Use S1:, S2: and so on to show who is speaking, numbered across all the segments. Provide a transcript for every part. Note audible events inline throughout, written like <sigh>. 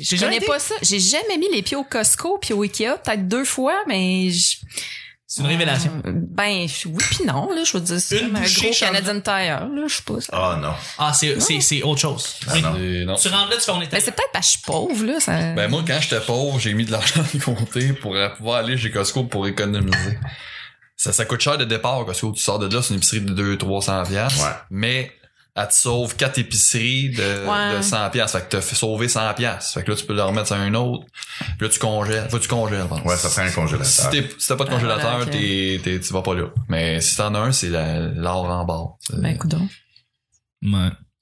S1: J'ai
S2: Je
S1: jamais
S2: connais
S1: été.
S2: pas ça. J'ai jamais mis les pieds au Costco puis au Ikea, peut-être deux fois, mais je-
S1: C'est une révélation.
S2: Euh, Ben je- oui puis non là, je veux dire c'est
S1: Une
S2: comme un
S1: bouchée
S2: gros
S1: change-
S2: Canadian Tire là, je sais pas. ça.
S3: Ah non.
S1: Ah, Ben, c'est, c'est, c'est autre chose.
S3: Ah, non.
S4: Et non.
S1: Tu rentres là, tu fais on est
S2: Mais c'est peut-être parce que je suis pauvre là, ça.
S4: Ben moi, quand j'étais pauvre, j'ai mis de l'argent de côté pour euh, pouvoir aller chez Costco pour économiser. Ça, ça coûte cher de départ, Costco. Tu sors de là, c'est une épicerie de 200-300$. piastres.
S3: Ouais.
S4: Mais elle te sauve 4 épiceries de,
S2: Ouais.
S4: de 100$. piastres. Fait que t'as fait sauver 100$. piastres. Fait que là, tu peux le remettre sur un autre. Puis là, tu congèles. Faut que tu congèles, je pense.
S3: Ouais, ça prend un
S4: Si
S3: congélateur.
S4: t'es- si t'as pas de
S2: Ah,
S4: congélateur,
S2: voilà, ok.
S4: t'es- t'es- tu vas pas là. Mais si t'en as un, c'est la- l'or en barre.
S2: Ben coudon.
S1: Ouais.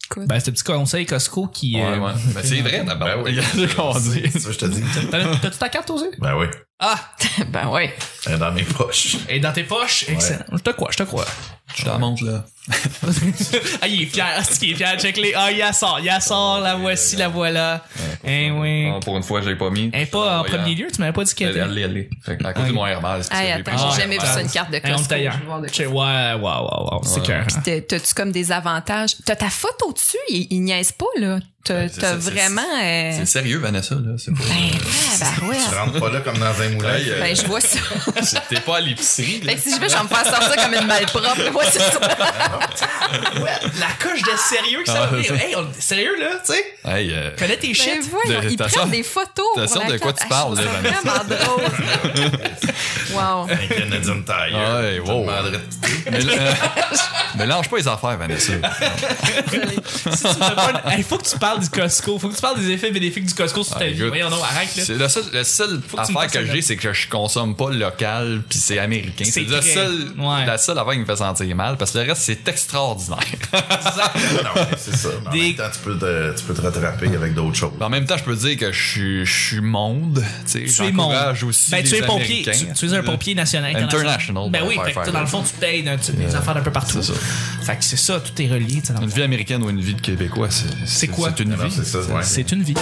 S2: Écoute.
S1: Ben, c'est un petit conseil Costco qui.
S4: Ouais,
S1: euh, <laughs>
S4: ouais. Ben, c'est vrai, d'abord.
S3: Ben oui.
S4: Regarde ce qu'on dit.
S3: C'est ça que je te dis.
S1: T'as, t'as-tu ta carte aux yeux?
S3: Ben oui.
S1: Ah!
S2: <laughs> ben ouais.
S3: Elle est Dans mes poches.
S1: Et dans tes poches? Excellent. Je te crois, je te crois.
S4: <laughs> Je t'en montre, là.
S1: <laughs> ah, il est fier. est il est fier? Check les. Ah, il la sort, il la sort, la voici, la voilà. Eh oui.
S4: Non, Ah, pour une fois, je l'ai pas mis.
S1: Eh, pas en
S4: Voyant.
S1: premier lieu, tu m'avais pas dit qu'elle
S4: Allez,
S1: était.
S4: allez, allez. Fait que à cause
S1: Ah,
S4: de mon Hermès. Ah, c'est parce
S2: Hey,
S4: que j'ai pris
S2: attends,
S4: mon
S2: j'ai jamais vu
S4: Hermès.
S2: ça une carte de
S1: Eh, on
S2: Costco.
S1: est ailleurs.
S2: Je vais voir de quoi.
S1: Check, Ouais, ouais, ouais, ouais. C'est
S4: Ouais.
S1: qu'un.
S2: T'as- T'as-tu comme des avantages? T'as ta photo dessus, il, il niaise pas, là. T'as
S4: Ben, c'est ça,
S2: t'as
S4: c'est-
S2: vraiment... euh,
S4: C'est sérieux, Vanessa, là. C'est pas.
S1: <laughs>
S2: Ben, tabarouette.
S3: Tu rentres pas là comme dans un moulin.
S4: Hey, euh,
S2: Ben, je vois ça.
S4: T'es pas à l'épicerie, là.
S1: Ben,
S2: Fait que si je vais, je vais me faire sortir comme une malpropre. Moi, c'est ça.
S1: La coche de sérieux que ça
S4: Ah,
S1: veut
S4: c'est
S1: dire.
S4: ça.
S1: Hey, on- sérieux, là, tu sais?
S4: Hey, euh,
S1: Connais tes
S2: Mais
S1: shit.
S2: Ben, voyons,
S4: De-
S2: il
S4: t'as
S2: prend
S4: ça-
S2: des photos.
S4: t'as
S2: pour
S4: ça
S2: la
S4: de quoi
S2: carte.
S4: tu parles,
S2: Ah, je
S4: là,
S2: trouve ça
S4: <laughs>
S2: vraiment drôle. wow.
S3: Un Canadian Tire.
S4: Ah ouais,
S3: Je te
S4: wow.
S3: euh, demanderais de quitter.
S4: mél- euh, <laughs> mélange pas les affaires,
S1: <laughs>
S4: Vanessa.
S1: Si tu me fais pas une- Hey, faut que tu parles du Costco. Faut que tu parles des effets bénéfiques du Costco sur ta
S4: Ah,
S1: vie.
S4: écoute.
S1: Voyons, non, arrête, là.
S4: C'est le seul, la seule
S1: me
S4: affaire
S1: fasses
S4: que
S1: un
S4: j'ai, c'est que je consomme pas local, puis c'est américain.
S1: C'est
S4: C'est la
S1: très-
S4: seule,
S1: ouais.
S4: la seule affaire qui me fait sentir mal, parce que le reste, c'est extraordinaire.
S3: <laughs>
S1: <laughs>
S3: Non, mais c'est ça. Mais en
S1: Des-
S3: même temps, tu peux te, tu peux te rattraper avec d'autres choses.
S4: Puis en même temps, je peux dire que je suis, je suis monde. Tu
S1: tu es mon.
S4: J'encourage aussi
S1: ben,
S4: les
S1: tu es pompier.
S4: Américains.
S1: Tu, tu es un pompier national.
S4: International,
S1: Ben
S4: ben,
S1: oui,
S4: faire
S1: fait que,
S4: faire,
S1: dans le
S4: là.
S1: fond, tu payes dans- tu- des affaires un peu partout.
S4: C'est ça.
S1: Fait que c'est ça, tout est relié. tu sais, dans le
S4: Une
S1: fond.
S4: vie américaine ou une vie de Québécois, c'est c'est-
S1: quoi?
S4: C'est une
S3: Non,
S4: vie.
S3: c'est ça, ouais.
S1: C'est une vie.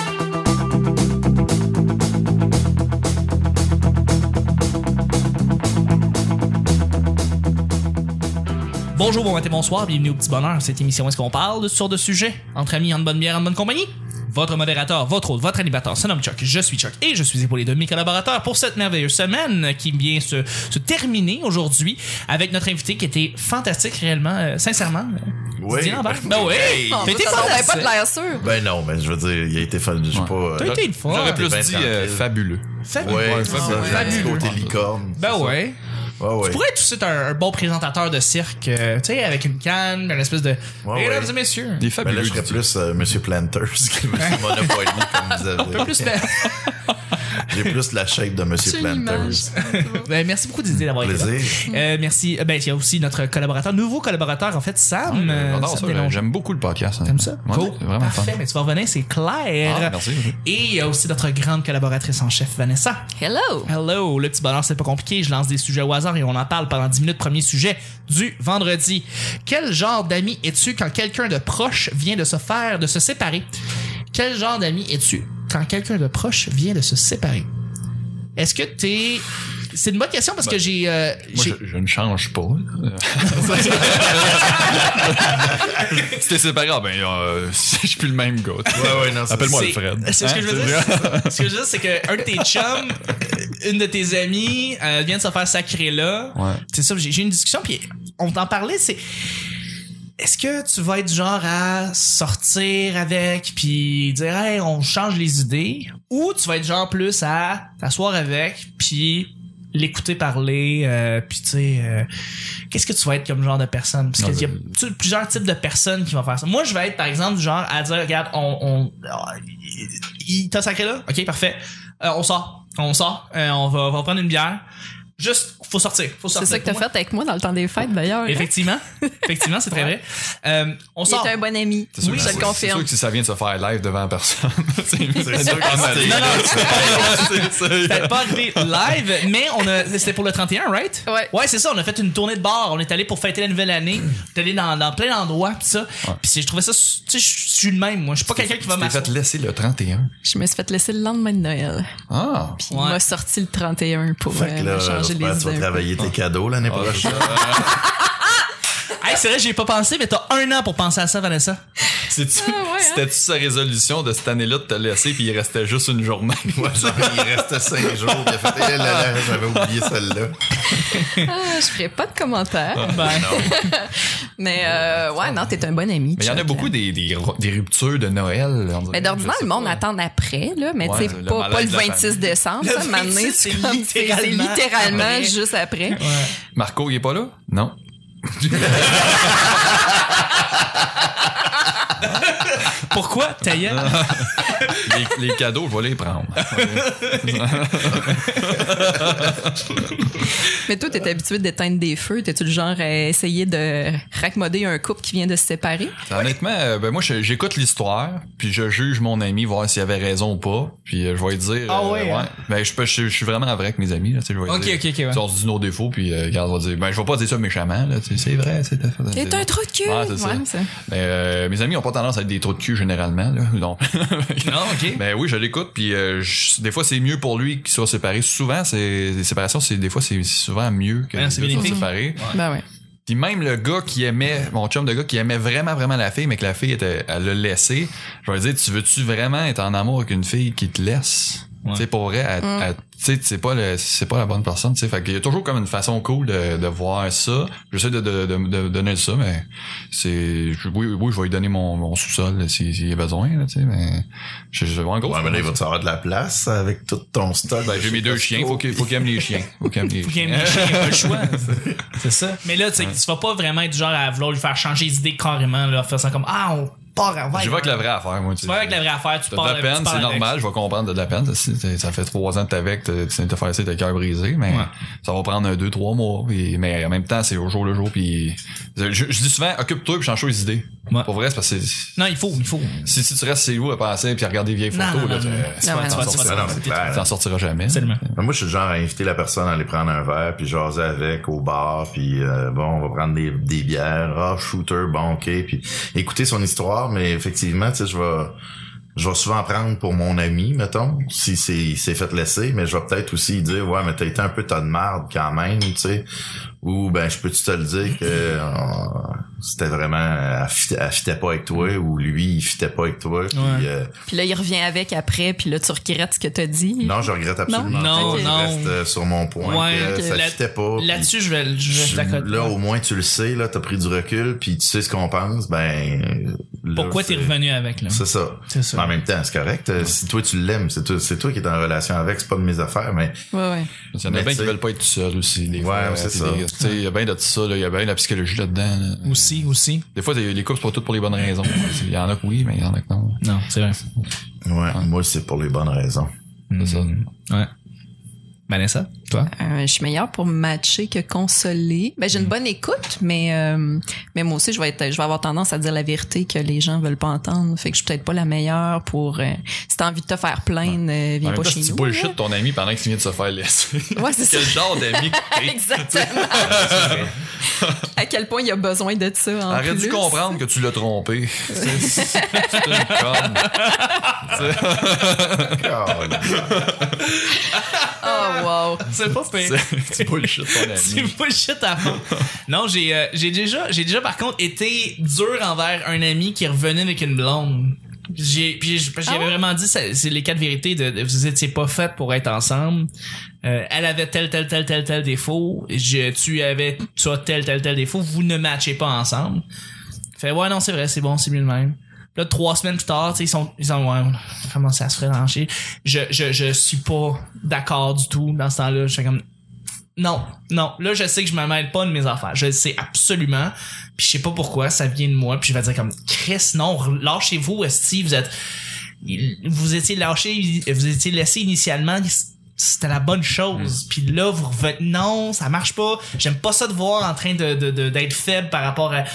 S1: Bonjour, bon matin, bonsoir, bienvenue au Petit Bonheur. Cette émission, où est-ce qu'on parle de ce genre de sujet entre amis, en bonne bière, en bonne compagnie? Votre modérateur, votre hôte, votre animateur, se nomme Chuck, je suis Chuck et je suis épaulé de mes collaborateurs pour cette merveilleuse semaine qui vient se, se terminer aujourd'hui avec notre invité qui était fantastique réellement, euh, sincèrement. euh,
S3: <laughs> Oui.
S1: Didier Lambert. Ben oui!
S2: On
S1: T'étais
S2: t'avais pas
S1: fantastique.
S2: de l'air sûr.
S3: Ben non, mais je veux dire, il a été fun. J'ai
S4: Ouais.
S3: pas. euh,
S1: T'as été le fun.
S4: J'aurais
S3: T'es
S4: plus
S3: bien
S4: dit
S3: tranquille.
S4: euh, fabuleux.
S1: Fabuleux.
S3: Ouais,
S4: Ouais,
S3: c'est Ah, ça.
S2: ouais.
S3: Le petit
S1: Fabuleux.
S3: côté licorne.
S1: Ben ouais.
S3: Ouais, ouais.
S1: Pourrait être aussi un, un bon présentateur de cirque, euh, tu sais, avec une canne, une espèce de.
S3: Ouais,
S1: Mesdames
S3: ouais.
S1: et messieurs.
S3: Ben
S4: Des
S3: là,
S4: fabuleux.
S3: je serais
S4: tu
S3: plus euh, Monsieur Planters que Monsieur Monopoly, comme vous avez. <laughs>
S1: Plus, ben,
S3: J'ai plus la shape de Monsieur
S2: C'est une
S3: Planters.
S1: ben, merci beaucoup Didier d'avoir été là.
S3: Plaisir.
S1: Euh, merci. Euh, Ben, il y a aussi notre collaborateur, nouveau collaborateur en fait, Sam.
S4: dis.
S1: euh,
S4: J'adore
S1: Sam
S4: ça,
S1: Bélanger.
S4: J'aime beaucoup le podcast. hein.
S1: T'aimes ça?
S4: Ouais,
S1: Cool.
S4: C'est vraiment fun.
S1: Parfait, mais tu vas revenir, c'est clair.
S4: Ah, merci.
S1: Et il y a aussi notre grande collaboratrice en chef, Vanessa.
S2: Hello.
S1: Hello, le petit bonheur, c'est pas compliqué. Je lance des sujets au hasard et on en parle pendant 10 minutes. Premier sujet du vendredi. Quel genre d'ami es-tu quand quelqu'un de proche vient de se faire, de se séparer? Quel genre d'ami es-tu quand quelqu'un de proche vient de se séparer? Est-ce que t'es. C'est une bonne question parce que j'ai. euh,
S4: Moi,
S1: j'ai-
S4: je, je ne change pas. <laughs> si t'es séparé, ah ben, euh, <laughs> je suis plus le même gars. tu
S3: Ouais,
S4: vois.
S3: ouais, non, c'est-
S4: Appelle-moi
S1: C'est-
S4: Alfred. Hein,
S1: C'est ce que je veux dire. <laughs> Ce que je veux dire, c'est que un de tes chums, une de tes amies, euh, vient de se faire sacrer là.
S4: Ouais.
S1: C'est ça, j'ai j'ai eu une discussion, puis on t'en parlait, c'est. Est-ce que tu vas être du genre à sortir avec, puis dire, hey, on change les idées, ou tu vas être genre plus à t'asseoir avec, puis l'écouter parler, euh, puis tu sais, euh, qu'est-ce que tu vas être comme genre de personne? Parce qu'il y a
S4: Non,
S1: tu- plusieurs types de personnes qui vont faire ça. Moi, je vais être, par exemple, du genre à dire, regarde, on... on oh, il- il t'a sacré là? OK, parfait. Euh, on sort. On sort. Euh, on, va, on va prendre une bière. Juste, faut sortir. Faut
S2: C'est
S1: sortir.
S2: ça que t'as
S1: Pour moi-
S2: fait avec moi dans le temps des fêtes, d'ailleurs. hein?
S1: Effectivement. Effectivement, c'est très vrai. Euh, on
S2: Il
S1: sort.
S2: était un bon ami.
S4: C'est sûr
S2: Oui,
S4: que
S2: je
S4: si-
S2: le
S4: C'est sûr
S2: confirme.
S4: que si ça vient de se faire live devant personne, <laughs> c'est
S3: C'est sûr que c'était-
S2: <laughs>
S1: Ça a pas arrivé live, mais on a, c'était pour le 31, right?
S2: Ouais.
S1: Ouais, c'est ça. On a fait une tournée de bar. On est allé pour fêter la nouvelle année. On est allé dans, dans plein d'endroits, pis ça. Pis c'est- je trouvais ça, su- tu sais, je suis le même, moi. Je suis pas quelqu'un qui va
S4: Tu t'es fait
S1: m'asseoir.
S4: laisser le 31.
S2: Je me suis fait laisser le lendemain de Noël.
S4: Ah!
S2: Puis
S1: Ouais.
S2: il m'a sorti le 31 pour
S3: Fait que
S2: euh,
S3: là,
S2: me changer les
S3: j'espère que tu vas
S2: idées.
S3: travailler tes cadeaux l'année prochaine.
S1: Hey, c'est vrai, j'y ai pas pensé, mais t'as un an pour penser à ça, Vanessa.
S4: C'est-tu-
S2: Ah, ouais, hein?
S4: C'était-tu sa résolution de cette année-là de te laisser, puis il restait juste une journée?
S3: Ouais, genre, il reste cinq jours. puis il a fait, Eh là, là, j'avais oublié celle-là.
S2: Ah, je ferai pas de commentaires.
S4: Ah.
S1: Ben,
S2: Mais euh, ouais, non, t'es un bon ami.
S4: Mais il y en a
S2: Chuck.
S4: beaucoup des, des, des ruptures de Noël. on dirait.
S2: Mais d'ordinaire,
S4: Je sais
S2: le monde
S4: pas.
S2: attend après, là, mais
S4: Ouais,
S2: tu sais,
S4: le
S2: pas,
S4: malaise
S2: pas le
S4: de la
S2: 26
S4: famille.
S2: décembre,
S1: Le
S2: ça, à un moment donné,
S1: 26,
S2: c'est
S1: c'est
S2: comme- c'est- c'est
S1: littéralement
S2: littéralement
S1: après.
S2: juste après.
S1: ouais.
S4: Marco, il est pas là? Non.
S1: Pourquoi, ta gueule?
S4: Les, les cadeaux, je vais les prendre.
S2: Mais toi, t'es habitué d'éteindre des feux, t'es-tu le genre à essayer de racmoder un couple qui vient de se séparer?
S4: Honnêtement, euh, ben moi, je- j'écoute l'histoire, puis je juge mon ami, voir s'il avait raison ou pas, puis euh, je vais lui dire.
S1: Ah
S4: euh,
S1: ouais, hein?
S4: Ben, je, peux- je- je suis vraiment vrai avec mes amis, là, tu sais, je vais lui
S1: Ok,
S4: dire,
S1: ok, ok, ouais.
S4: tu sais, On se dit nos défauts, puis euh, regarde, on va dire, ben, je vais pas dire ça méchamment, là, tu sais, c'est vrai, c'est
S2: T'es un trou de cul!
S4: Ouais, c'est ça. Mais, euh, mes amis ont pas tendance à être des trous de cul généralement, là, <laughs> donc.
S1: Non, ok.
S4: Ben oui, je l'écoute, puis euh, je- des fois c'est mieux pour lui qu'il soit séparé. Souvent, c'est les séparations, c'est des fois c'est souvent mieux que
S1: Ouais, c'est
S4: les deux soient
S1: bénéfique.
S4: séparés.
S2: Ben ouais.
S4: Puis même le gars qui aimait, mon chum de gars qui aimait vraiment vraiment la fille, mais que la fille était, elle l'a laissé. Je vais lui dire, tu veux-tu vraiment être en amour avec une fille qui te laisse
S1: Ouais.
S4: Tu sais pour vrai, elle-
S2: Mm.
S4: elle- tu sais, c'est pas le- c'est pas la bonne personne. Tu sais, fait qu'il y a toujours comme une façon cool de, de voir ça. J'essaie de, de, de, de donner ça, mais c'est je- oui oui, je vais lui donner mon, mon sous-sol là, s'il s'il y a besoin. Là, tu sais, mais je, je- en gros.
S3: Ouais, mais là, il va te avoir de la place avec tout ton stock.
S4: Ben, j'ai mes deux chiens, faut qu'il faut qu'il aime les chiens. Faut qu'il aime les
S1: Faut qu'il y ait un
S4: chiens. <laughs>
S1: chien, il a pas le choix. <laughs> C'est ça. Mais là, tu sais, tu vas pas vraiment être du genre à vouloir lui faire changer d'idée carrément, là, en faisant comme, ah, on part à
S4: Je vais avec la vraie affaire, moi.
S1: Tu vas avec la vraie affaire, tu
S4: T'as de
S1: pars
S4: la peine,
S1: tu pars
S4: c'est
S1: avec.
S4: normal, je vais comprendre, t'as de la peine. Ça, c'est- Ça fait trois ans que t'es avec, t'as- tu viens de te faire essayer, t'as le cœur brisé, mais
S1: Ouais.
S4: ça va prendre un, deux, trois mois. puis- mais en même temps, c'est au jour le jour. Puis, je, je dis souvent, occupe-toi puis change les idées.
S1: Ouais.
S4: Pour vrai, c'est parce que c'est-
S1: Non, il faut, il faut.
S4: si, si tu restes chez vous à penser puis à regarder vieilles
S1: Non,
S4: photos,
S1: non,
S4: là,
S1: non,
S4: tu-
S1: non, non.
S4: tu
S1: Tu vas- tu vas- tu vas-
S3: Ah non, c'est clair.
S4: t'en sortiras jamais.
S1: Absolument.
S3: Mais Moi, je suis le genre à inviter la personne à aller prendre un verre, puis jaser avec au bar, puis euh, bon, on va prendre des, des bières, ah, shooter, bon, ok, puis écouter son histoire, mais effectivement, tu sais, je vais... Je vais souvent prendre pour mon ami, mettons, si c'est il s'est fait laisser, mais je vais peut-être aussi dire ouais, mais t'as été un peu tas de marde quand même, tu sais. Ou ben je peux te le dire que euh, c'était vraiment elle fit- elle fitait pas avec toi ou lui il fitait pas avec toi. puis,
S1: Ouais.
S3: euh,
S2: Puis là, il revient avec après, puis là, tu regrettes ce que t'as dit.
S3: non, je regrette absolument.
S1: Non,
S3: pas. Je
S1: non.
S3: reste euh, sur mon point.
S1: Ouais,
S3: que
S1: ok.
S3: Ça
S1: Là-
S3: fitait pas. puis-
S1: Là-dessus, je vais, je vais
S3: Tu-
S1: t'accoter.
S3: Là, au moins, tu le sais, là, t'as pris du recul, puis tu sais ce qu'on pense, ben... là,
S1: Pourquoi
S3: c'est-
S1: t'es revenu hein? avec, là?
S3: C'est ça.
S1: C'est ça.
S3: Mais en même temps, c'est correct. euh, Si toi, tu l'aimes, c'est toi, c'est toi qui es en relation avec, c'est pas de mes affaires, mais...
S2: Ouais, ouais.
S4: Il y en a
S3: Mais
S4: bien
S3: tu
S4: qui
S3: sais-
S4: veulent pas être tout seul aussi. Des
S3: Ouais,
S4: fois,
S3: c'est
S4: puis
S3: ça.
S4: des- tu sais, Il y a bien de ça, là, il y a bien de la psychologie là-dedans. là.
S1: Aussi, aussi.
S4: Des fois, les couples, c'est pas toutes pour les bonnes raisons.
S1: <coughs>
S4: Il y en a que oui, mais il y en a que non.
S1: Non, c'est vrai.
S3: Ouais, moi, c'est pour les
S1: <laughs>
S3: bonnes raisons.
S1: C'est
S4: ça.
S1: Mm. Ouais. Vanessa, toi?
S2: Euh, je suis meilleure pour matcher que consoler. Ben,
S4: Mm.
S2: j'ai une bonne écoute, mais, euh, mais moi aussi, je vais, être, je vais avoir tendance à dire la vérité que les gens veulent pas entendre. Fait que je suis peut-être pas la meilleure pour... euh, si t'as envie de te faire plaindre, euh, viens
S4: En même
S2: pas
S4: temps,
S2: chez
S4: si tu
S2: nous.
S4: bullshit ton ami pendant qu'il vient de se faire laisser.
S2: Ouais, c'est ça.
S4: <laughs> Quel genre
S1: <laughs>
S4: d'ami que t'es?
S2: Exactement. <laughs> à quel point il a besoin de ça en
S4: Aurais
S2: plus.
S4: dû comprendre que tu
S1: <laughs>
S4: l'as trompé. C'est c'est une conne.
S2: Oh, wow.
S1: <laughs> C'est pas pire.
S4: C'est- <laughs> Tu bullshit ton
S1: <laughs> C'est
S4: ami.
S1: bullshit à fond. Non, j'ai euh, j'ai déjà j'ai déjà par contre été dur envers un ami qui revenait avec une blonde. J'ai puis j'ai- parce que
S2: Ah
S1: j'avais
S2: ouais?
S1: vraiment dit ça- c'est les quatre vérités de, de- vous étiez pas faites pour être ensemble. Euh, elle avait tel tel tel tel tel défaut, je tu avais tu as tel tel tel défaut, vous ne matchez pas ensemble. Fait ouais non, c'est vrai, c'est bon, c'est mieux de même. Là, trois semaines plus tard, tu sais, ils sont, ils ont, ouais, on a commencé à se frélancher. Je, je, je suis pas d'accord du tout dans ce temps-là. Je fais comme, non, non. Là, je sais que je me mêle pas de mes affaires. Je le sais absolument. Puis je sais pas pourquoi, ça vient de moi. Puis je vais dire comme Chris, non, lâchez-vous, Esti, vous êtes. il- Vous étiez lâché, vous étiez laissé initialement. C'était la bonne chose. Puis là, vous revenez. Non, ça marche pas. J'aime pas ça de voir en train de, de, de- d'être faible par rapport à. <clears throat>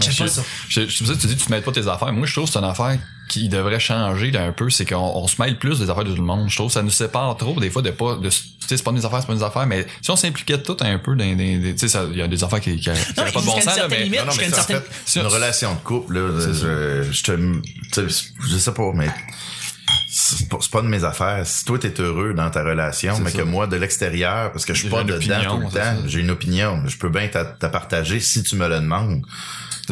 S1: J'aime pas ça.
S4: Je, je, c'est pour ça que tu dis que tu te mêles pas tes affaires. Moi, je trouve que c'est une affaire qui devrait changer là, un peu. C'est qu'on on se mêle plus des affaires de tout le monde. Je trouve que ça nous sépare trop des fois de pas. De, tu sais, c'est pas mes affaires, c'est pas mes affaires. Mais si on s'impliquait tout un peu dans. dans- dans- Tu sais, ça- il y a des affaires qui n'ont pas de
S1: jusqu'à
S4: bon
S1: une
S4: sens. là,
S1: certaine
S4: mais-
S1: limite,
S3: Non, non,
S1: jusqu'à
S3: mais
S1: une
S3: ça, en
S1: certaine.
S3: fait, une relation de couple, là, je, je te, tu sais, je sais pas, mais c'est- pas, c'est pas de mes affaires. Si toi t'es heureux dans ta relation,
S4: C'est
S3: mais
S4: ça.
S3: que moi de l'extérieur, parce que je suis
S4: J'ai
S3: pas
S4: une
S3: dedans
S4: opinion,
S3: tout le
S4: c'est
S3: temps,
S4: ça.
S3: j'ai une opinion. Je peux bien t'a t'a partager si tu me le demandes.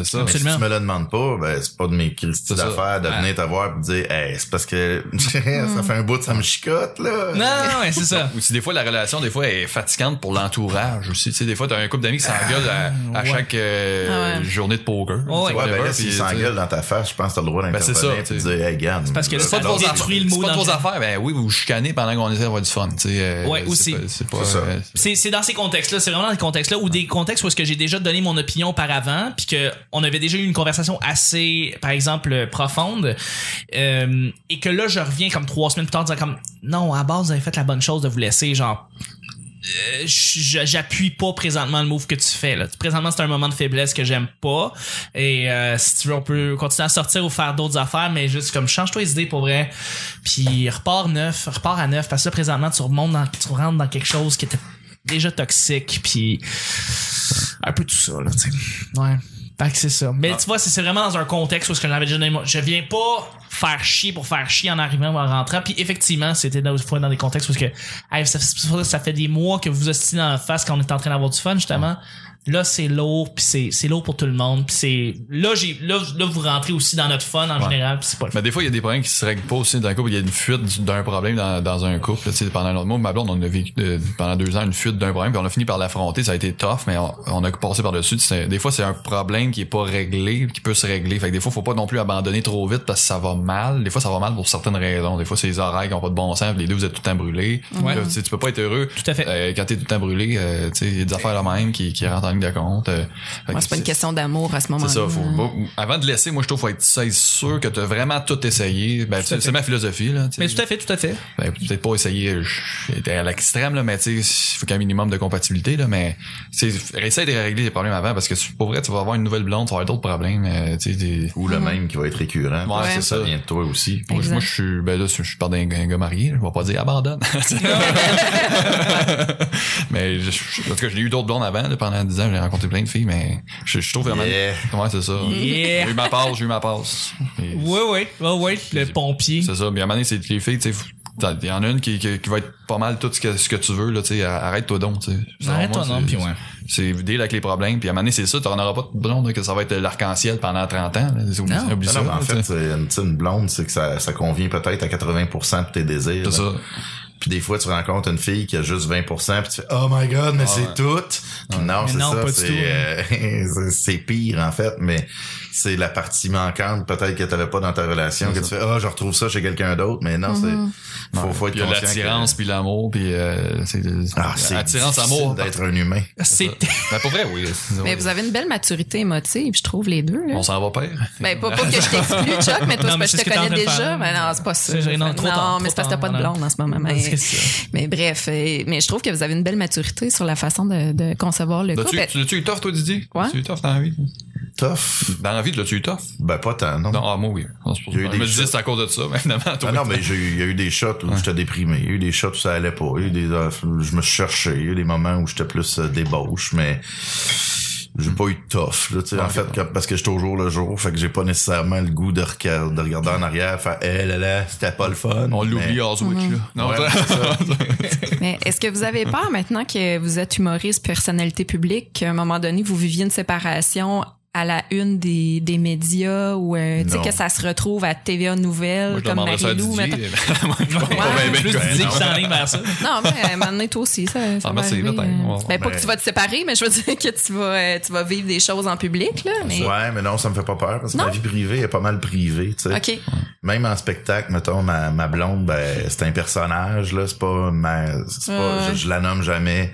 S4: C'est ça.
S3: Mais si
S1: Absolument.
S3: tu me le demandes pas, ben c'est pas de mes critiques
S4: C'est ça.
S3: d'affaires de
S4: Ouais.
S3: venir te voir et te dire Hey, c'est parce que <laughs> ça fait un bout que ça me chicote là.
S1: Non, non, ouais, c'est
S4: <laughs>
S1: ça.
S4: Ou si des fois la relation des fois est fatigante pour l'entourage aussi. Tu sais, des fois t'as un couple d'amis qui s'engueule à, à
S1: Ah, ouais.
S4: chaque euh,
S2: Ah ouais.
S4: journée de poker.
S1: Ouais,
S4: tu sais,
S3: Ouais, ben
S4: whatever,
S3: là, s'il
S4: puis, tu sais,
S3: s'engueule dans ta face, je pense que t'as le droit
S4: Ben, c'est
S3: d'intervenir et
S4: ça,
S3: de
S4: tu sais.
S3: dire, hey, garde.
S1: parce que
S3: euh,
S1: le
S4: C'est pas de vos
S1: Détruis
S4: affaires.
S1: le mot
S4: C'est pas de
S1: dans
S4: vos
S1: le-
S4: affaires. Ben oui, vous vous chicanez pendant qu'on essaie d'avoir du fun. tu sais, euh,
S1: Ouais,
S4: c'est
S1: aussi.
S4: pas- C'est pas.
S3: C'est ça.
S4: euh,
S1: C'est c'est dans ces contextes-là, c'est vraiment dans ces contextes-là ou des contextes où est-ce que j'ai déjà donné mon opinion par avant, puis que on avait déjà eu une conversation assez, par exemple, euh, profonde, euh, et que là je reviens comme trois semaines plus tard en disant comme non, à la base vous avez fait la bonne chose de vous laisser, genre euh, je- j'appuie pas présentement le move que tu fais là. Présentement c'est un moment de faiblesse que j'aime pas et euh, si tu veux on peut continuer à sortir ou faire d'autres affaires mais juste comme change-toi les idées pour vrai puis repars neuf, repars à neuf parce que là présentement tu remontes dans, tu rentres dans quelque chose qui était déjà toxique puis un peu tout ça là tu sais. Ouais. Fait que c'est ça. Mais tu vois, c'est c'est vraiment dans un contexte où ce que j'avais déjà donné, moi, je viens pas faire chier pour faire chier en arrivant ou en rentrant. Puis effectivement, c'était dans, fois dans des contextes où ce que, Hey, ça, ça- ça fait des mois que vous vous ostinez dans la face quand on est en train d'avoir du fun, justement. Là, c'est lourd, puis c'est, c'est lourd pour tout le monde. Puis c'est, là, j'ai, là, là, vous rentrez aussi dans notre fun en général, puis c'est pas le fun.
S4: Mais Ben, des fois, il y a des problèmes qui se règlent pas aussi d'un couple. Il y a une fuite d'un problème dans, dans un couple. là, Tu sais, pendant un autre mois, ma blonde, on a vécu euh, pendant deux ans une fuite d'un problème, puis on a fini par l'affronter. Ça a été tough, mais on, on a passé par-dessus. Tu sais, Des fois, c'est un problème qui est pas réglé, qui peut se régler. Fait que des fois, faut pas non plus abandonner trop vite parce que ça va mal. Des fois, ça va mal pour certaines raisons. Des fois, c'est les oreilles qui ont pas de bon sens, puis les deux, vous êtes tout le temps brûlés.
S1: Ouais.
S4: Là, tu sais, tu peux pas être heureux.
S1: Tout à fait.
S4: Euh, quand t'es tout le temps brûlé, euh, tu sais, il y a des affaires là même qui, qui rentrent en ligne de compte. euh, fait
S2: Ouais,
S4: que
S2: c'est pas une
S4: c'est-
S2: question d'amour à ce moment-là.
S4: c'est ça, faut pas- avant de laisser, moi je trouve faut être c'est sûr que t'as vraiment tout essayé. Ben,
S1: à
S4: c'est
S1: fait.
S4: c'est ma philosophie là. tu sais.
S1: Mais tout à fait, tout à fait.
S4: Ben, peut-être pas essayer je- j'étais à l'extrême là, mais tu sais, il faut qu'un minimum de compatibilité là, mais tu sais, essaye de régler les problèmes avant parce que c'est- pour vrai tu vas avoir une nouvelle blonde, tu vas avoir d'autres problèmes, euh, tu sais. des-
S3: Ou le même qui va être récurrent.
S4: Ouais,
S3: parce que
S4: c'est
S3: ça
S4: ça.
S3: vient de toi aussi.
S4: Moi, je-
S2: Exact.
S4: moi, je suis ben là je suis pas d'un un gars marié, là, je vais pas dire abandonne. <laughs> mais je, je- en tout cas, j'ai eu d'autres blondes avant là, pendant 10 ans, j'ai rencontré plein de filles mais je, je trouve vraiment
S3: Yeah.
S4: Ouais, c'est ça.
S1: Yeah.
S4: J'ai eu ma passe, j'ai eu ma passe. Et-
S1: Oui, oui, oui, oui, le pompier.
S4: C'est ça. Puis à un moment donné, c'est les filles, tu sais. t'as- Il y en a une qui, qui, qui va être pas mal tout ce que, ce que tu veux, là, tu sais. Arrête-toi donc, tu sais. Selon
S1: Arrête-toi
S4: moi,
S1: donc,
S4: c'est-
S1: puis ouais.
S4: C'est c'est deal avec les problèmes, puis à un moment donné, c'est ça, t'en auras pas de blonde, là, que ça va être l'arc-en-ciel pendant 30 ans, là. C'est- Oublie,
S1: Non.
S4: oublie
S3: Non,
S4: ça.
S3: non, mais en
S4: là,
S3: fait,
S4: tu sais.
S3: c'est une, tu sais, une blonde, c'est que ça, ça convient peut-être à 80% de tes désirs.
S4: c'est
S3: là.
S4: ça.
S3: Puis des fois, tu rencontres une fille qui a juste 20%, puis tu fais « Oh my God,
S4: Ah,
S3: mais c'est tout! Puis Non,
S1: Mais
S3: c'est
S1: non,
S3: ça.
S1: pas du tout. hein.
S3: C'est euh, <laughs> c'est- c'est pire, en fait, mais c'est la partie manquante peut-être que t'avais pas dans ta relation, que
S4: C'est
S3: tu fais « Ah, je retrouve ça chez quelqu'un d'autre », mais non, c'est...
S1: Mm-hmm.
S3: Faut, faut être
S4: Puis il y a
S3: conscient
S4: l'attirance,
S3: que-
S4: puis l'amour, puis euh, c'est...
S3: Ah, c'est
S4: attirance,
S3: difficile
S4: amour.
S3: d'être un humain.
S1: C'est, <laughs>
S4: Mais pour vrai, oui. c'est-
S2: Mais vous avez une belle maturité émotive, je trouve, les deux. là.
S4: On s'en va père.
S2: Ben, pas, pas que je t'exclus, Chuck, mais toi,
S1: Non,
S2: c'est parce
S1: mais c'est
S2: que je
S1: ce
S2: te
S1: que t'es en
S2: connais
S1: train de
S2: déjà.
S1: faire.
S2: Mais non, c'est pas ça.
S1: C'est gênant, trop
S2: non,
S1: tard,
S2: mais
S1: trop
S2: c'est parce que t'as
S1: tard,
S2: pas de
S1: madame.
S2: blonde en ce moment. Mais,
S1: Parce que c'est-
S2: mais bref, euh, mais je trouve que vous avez une belle maturité sur la façon de, de concevoir le couple.
S4: L'as-tu
S3: ben-
S4: l'as-tu eu tough, toi, Didier?
S2: Ouais.
S4: L'as-tu eu tough dans la vie?
S3: Tough.
S4: Dans la vie, l'as-tu eu tough?
S3: Ben, pas tant, non.
S4: Non, ah, moi, oui. Non, c'est pour
S3: J'ai
S4: ça.
S3: eu
S4: Je
S3: des
S4: me disais,
S3: shots.
S4: c'est à cause de ça, <laughs> mais finalement, toi,
S3: Ah non, mais j'ai eu- il y a eu des shots où j'étais déprimé. Il y a eu des shots où ça allait pas. Il y a eu des, euh, je me cherchais. Il y a eu des moments où j'étais plus euh, débauche, mais j'ai pas eu de tough, là, tu sais, en fait, comme- parce que j'étais au jour le jour. Fait que j'ai pas nécessairement le goût de, reca- de regarder en arrière, faire, eh là là, c'était pas le fun.
S4: On l'oublie
S3: Mais-
S4: hors switch, là. Non, <laughs>
S3: Ouais,
S4: toi-
S3: c'est ça.
S2: Mais est-ce que vous avez peur maintenant que vous êtes humoriste, personnalité publique, qu'à un moment donné, vous viviez une séparation à la une des, des médias ou euh, tu sais,
S3: Non.
S2: que ça se retrouve à TVA
S4: Moi,
S2: Nouvelles
S4: je
S2: comme
S4: demanderais ça à
S2: Marie-Lou. mettons.
S4: Didier. <laughs> Moi, je comprends
S2: Ouais.
S4: pas bien,
S1: <laughs>
S4: bien
S1: plus
S4: quoi.
S1: Didier
S4: Non.
S1: qui s'enligne vers <laughs> ça.
S2: Non, mais euh, à un moment donné, toi aussi, ça, ça
S4: Ah,
S2: va
S4: ben, c'est
S2: arriver,
S4: peut-être.
S2: euh.
S4: On va-
S2: Ben, pas
S3: ben-
S2: que tu vas te séparer, mais je veux dire que tu vas, euh, tu vas vivre des choses en public, là. Mais...
S3: Ouais, mais non, ça me fait pas peur parce que
S2: Non.
S3: ma vie privée est pas mal privée, tu sais.
S2: OK.
S3: Même en spectacle, mettons, ma, ma blonde, ben, c'est un personnage, là, c'est pas ma, c'est
S2: Ouais,
S3: pas,
S2: ouais.
S3: je, je la nomme jamais.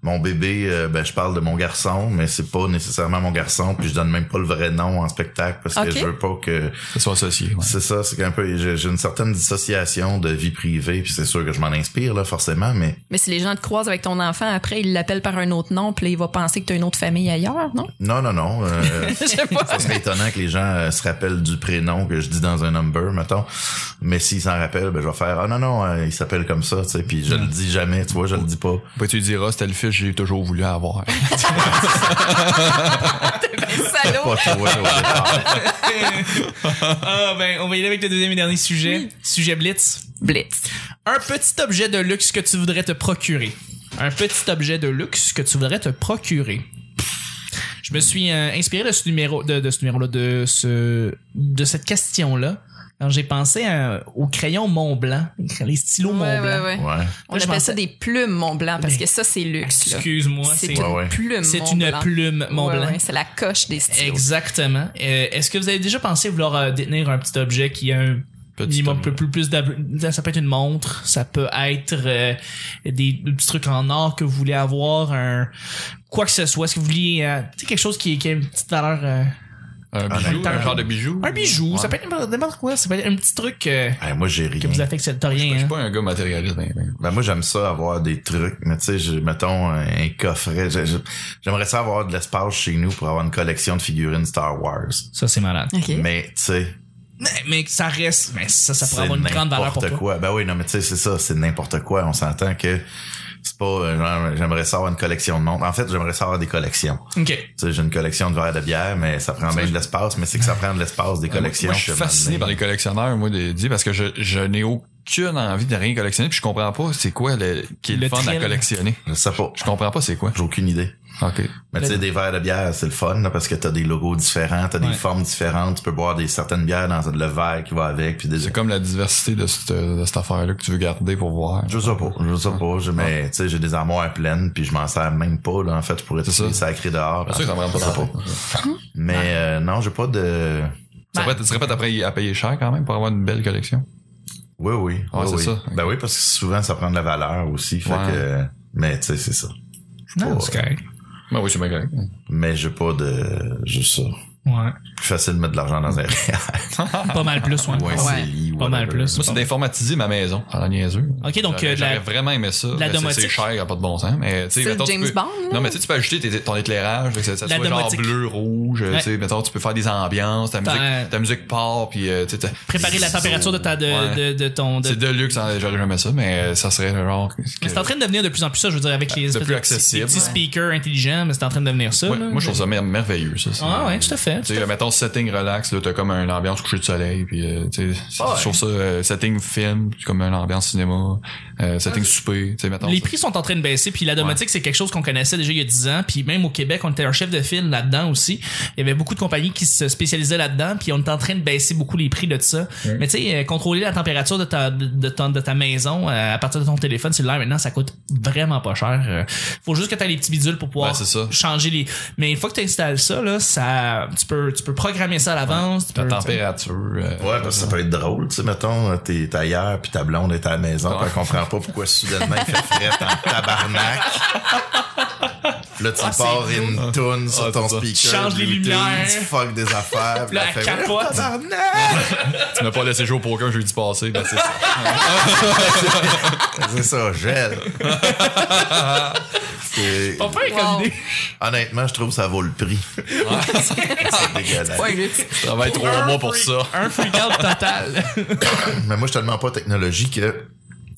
S3: Mon bébé, euh, ben, je parle de mon garçon, mais c'est pas nécessairement mon garçon, puis je donne même pas le vrai nom en spectacle parce
S2: Ok.
S3: que je veux pas que,
S4: Ça soit associé. ouais.
S3: c'est ça, c'est un peu, j'ai j'ai une certaine dissociation de vie privée, puis c'est sûr que je m'en inspire, là, forcément, mais
S2: Mais si les gens te croisent avec ton enfant, après, ils l'appellent par un autre nom, puis là, il va penser que tu as une autre famille ailleurs, non? <laughs>
S3: non, non, non, euh,
S2: Je sais pas.
S3: ça serait étonnant que les gens euh, se rappellent du prénom que je dis dans un number, mettons. Mais s'ils s'en rappellent, ben, je vais faire, ah, non, non, euh, il s'appelle comme ça, tu sais, puis je le dis jamais, tu Ah, vois, je le dis pas.
S4: Après, tu lui diras, c'était le fils que j'ai toujours voulu avoir.
S2: Salaud.
S3: Pas trop, ouais, au départ.
S1: Ah, ben, on va y aller avec le deuxième et dernier sujet. Sujet Blitz.
S2: Blitz.
S1: Un petit objet de luxe que tu voudrais te procurer. Un petit objet de luxe que tu voudrais te procurer. Je me suis euh, inspiré de ce numéro, de, de ce numéro-là, de ce, de cette question-là. Alors, j'ai pensé à- au crayon Mont Blanc, les stylos Mont
S2: Ouais,
S1: Blanc.
S2: ouais, ouais.
S3: Ouais.
S2: On
S1: Là, je
S2: appelle
S1: pensais-
S2: ça des plumes Mont Blanc parce que ça, c'est luxe. là.
S1: Excuse-moi,
S2: Ben, C'est
S1: c'est
S2: une
S3: Ouais, ouais.
S2: plume.
S1: c'est
S2: Mont
S1: une
S2: Blanc.
S1: plume Mont
S2: Ouais,
S1: Blanc.
S2: ouais, c'est la coche des stylos.
S1: Exactement. Euh, Est-ce que vous avez déjà pensé vouloir euh, détenir un petit objet qui a un
S4: Petit
S1: minimum,
S4: objet.
S1: peu plus, plus d'av- ça peut être une montre, ça peut être euh, des, des petits trucs en or que vous voulez avoir, un quoi que ce soit, est-ce que vous voulez euh, tu sais, quelque chose qui, qui a une petite valeur, euh,
S4: Un bijou,
S1: attends.
S4: un genre de bijou.
S1: ben, un bijou,
S4: Ouais.
S1: ça peut être n'importe- n'importe quoi, ça peut être un petit truc euh,
S3: Eh, moi, j'ai
S1: que vous
S3: rien.
S1: affectez
S4: Je
S1: rien.
S4: suis
S1: hein.
S4: pas un gars matérialiste. ben, ben.
S3: Ben, moi, j'aime ça avoir des trucs, mais tu sais, je- mettons un, un coffret. J'ai- j'ai- J'aimerais ça avoir de l'espace chez nous pour avoir une collection de figurines Star Wars.
S1: Ça c'est malade.
S2: OK.
S3: Mais, tu sais,
S1: Mais, mais que ça reste, mais ça ça
S3: c'est
S1: pourrait avoir une grande valeur pour
S3: n'importe
S1: toi.
S3: quoi. Ben oui, non, mais tu sais, c'est ça, c'est n'importe quoi. On s'entend que c'est pas, euh, genre, j'aimerais ça avoir une collection de montres. En fait, j'aimerais ça avoir des collections.
S1: Ok.
S3: Tu sais, j'ai une collection de verres de bière, mais ça prend bien de l'espace, mais c'est que ça prend de l'espace des collections.
S4: Ben, Moi, je suis
S3: puis à un moment
S4: fasciné
S3: donné-
S4: par les collectionneurs, moi, de dire, parce que je, je n'ai aucune envie de rien collectionner, puis je comprends pas c'est quoi le, qui est le,
S1: Le
S4: fun à
S1: thrill.
S4: collectionner.
S3: Je sais pas.
S4: Je comprends pas c'est quoi.
S3: J'ai aucune idée.
S4: OK.
S3: Mais tu sais, des verres de bière, c'est le fun, là, parce que t'as des logos différents, t'as
S1: Ouais.
S3: des formes différentes, tu peux boire des certaines bières dans le verre qui va avec, puis des...
S4: C'est comme la diversité de cette, de cette affaire-là que tu veux garder pour voir.
S3: Je sais pas, je sais pas, je- mais tu sais, j'ai des armoires pleines, puis je m'en sers même pas, là, en fait, je pourrais
S4: C'est
S3: tout les
S4: ça.
S3: sacrer dehors.
S4: C'est sûr que ça me rend pas
S3: Je sais
S4: dans la
S3: Mais euh, non, j'ai pas de...
S4: Tu serais prêt- tu serais prêt à payer- à payer cher quand même pour avoir une belle collection?
S3: Oui, oui.
S4: Ouais,
S3: oui,
S4: c'est
S3: oui.
S4: ça.
S3: Ben oui, parce que souvent, ça prend de la valeur aussi, fait
S4: Ouais.
S3: que... Mais tu sais, c'est ça. J'ai
S1: Non,
S3: pas-
S1: c'est correct.
S4: Ben oui, c'est bien correct.
S3: Mais j'ai pas de... Juste ça.
S1: Ouais.
S3: Plus facile de mettre de l'argent dans un réel
S1: Pas mal plus, ouais.
S3: ou <laughs> un
S2: Ouais.
S3: CELI,
S1: Pas mal
S3: whatever.
S1: plus.
S4: Moi, c'est d'informatiser ma maison. à la niaiseux.
S1: Ok, donc, euh,
S4: J'aurais
S1: de la-
S4: j'aurais vraiment aimé ça.
S1: de la
S4: mais c'est-
S1: domotique.
S4: C'est cher, y a pas de bon sens. Mais, tu sais,
S2: C'est
S4: mettons, tu
S2: James
S4: peux-
S2: Bond, là.
S4: Non, mais tu sais, tu peux ajouter tes- ton éclairage, fait que ça, ça
S1: La
S4: soit genre
S1: domotique.
S4: bleu, rouge, euh,
S1: Ouais.
S4: tu sais, mettons, tu peux faire des ambiances, ta
S1: T'as un-
S4: musique, ta musique part, puis euh, tu sais, t'as-
S1: Préparer la température de ta de,
S4: Ouais.
S1: de, de ton de
S4: C'est de luxe, hein, j'aurais jamais ça, mais euh, ça serait genre. que-
S1: Mais c'est en train de devenir de plus en plus ça, je veux dire, avec les
S4: de
S1: espèces
S4: plus
S1: petits-
S4: accessible.
S1: petits speakers intelligents, mais c'est en train de devenir ça.
S4: Ouais,
S1: là.
S4: moi, je trouve ça mer- merveilleux, ça. c'est-
S1: Ah ouais, tout à fait.
S4: Tu sais, mettons setting relax, là, t'as comme une ambiance coucher de soleil, puis euh, tu sais, c'est-
S1: Ah,
S3: Ouais.
S4: je trouve ça, euh, setting film, puis comme une ambiance cinéma, euh, setting souper, tu sais, mettons.
S1: Ah, Les
S4: ça.
S1: prix sont en train de baisser, puis la domotique, c'est quelque chose qu'on connaissait déjà il y a 10 ans, puis même au Québec, on était un chef de file là-dedans aussi. Il y avait beaucoup de compagnies qui se spécialisaient là-dedans, puis on est en train de baisser beaucoup les prix de ça. Mais tu sais, euh, contrôler la température de ta, de, de ton- de ta maison euh, à partir de ton téléphone cellulaire, maintenant, ça coûte vraiment pas cher. Euh, faut juste que tu les petits bidules pour pouvoir
S4: Ouais, Ben, c'est ça.
S1: changer les... Mais une fois que tu installes ça, là, ça tu, peux, tu peux programmer ça à l'avance. tu
S4: La
S1: peux-
S4: température. euh,
S3: Ouais, parce que ça peut être drôle, tu sais, mettons, t'es t'es ailleurs, puis ta blonde est à la maison,
S4: Ouais.
S3: puis on comprend pas pourquoi soudainement il fait frais en tabarnak. Puis là, tu
S1: Ah, c'est
S3: pars une toune sur
S4: Ah,
S3: ton
S4: c'est ça.
S3: speaker.
S1: Tu changes les
S3: Bluetooth,
S1: lumières.
S3: Tu fuck des affaires.
S1: Là,
S3: elle
S1: elle
S3: fait, Ah,
S1: capote.
S3: Tabarnak!
S4: tu n'as pas laissé jouer au poker jeudi passé, ben c'est ça.
S3: C'est ça, gèle. C'est-
S1: Pas pire comme
S2: Wow.
S1: idée.
S3: Honnêtement, je trouve que ça vaut le prix. c'est dégueulasse.
S2: Ouais, luxe.
S4: Je travaille trois mois pour ça.
S1: <laughs> Un freak out total. <laughs>
S3: Mais moi, je suis tellement pas technologie que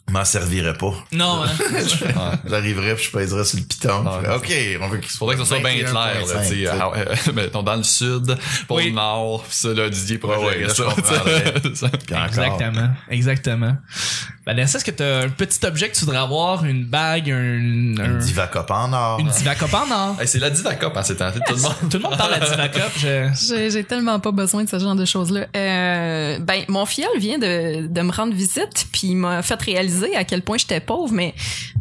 S3: je m'en servirais pas.
S1: non, hein.
S3: J'arriverais puis je pèserais sur le piton.
S4: Ah,
S3: Je ferais, ok, on veut qu'il soit.
S4: Faudrait que ça soit bien clair,
S3: 21,5,
S4: là, tu sais,
S3: tu sais.
S4: ah ouais, <laughs> mettons, dans le sud, pour
S1: Oui.
S4: le nord, pis ça, là, Didier pourrait
S3: Ouais,
S4: gérer
S3: là, je
S4: <laughs> ça,
S3: comprendrais.
S4: tu sais.
S3: Puis encore.
S1: Exactement, exactement. Vanessa, est-ce que t'as un petit objet que tu voudrais avoir, une bague, un, un-
S3: Une diva copa en or.
S1: une divacope en or?
S4: Hey, c'est la Divacop, hein, c'est tenté de
S3: <laughs>
S4: tout le monde.
S1: <laughs> Tout le monde parle de la divacope. Je...
S2: J'ai j'ai tellement pas besoin de ce genre de choses-là. Euh, ben, mon fiole vient de, de me rendre visite, puis il m'a fait réaliser à quel point j'étais pauvre, mais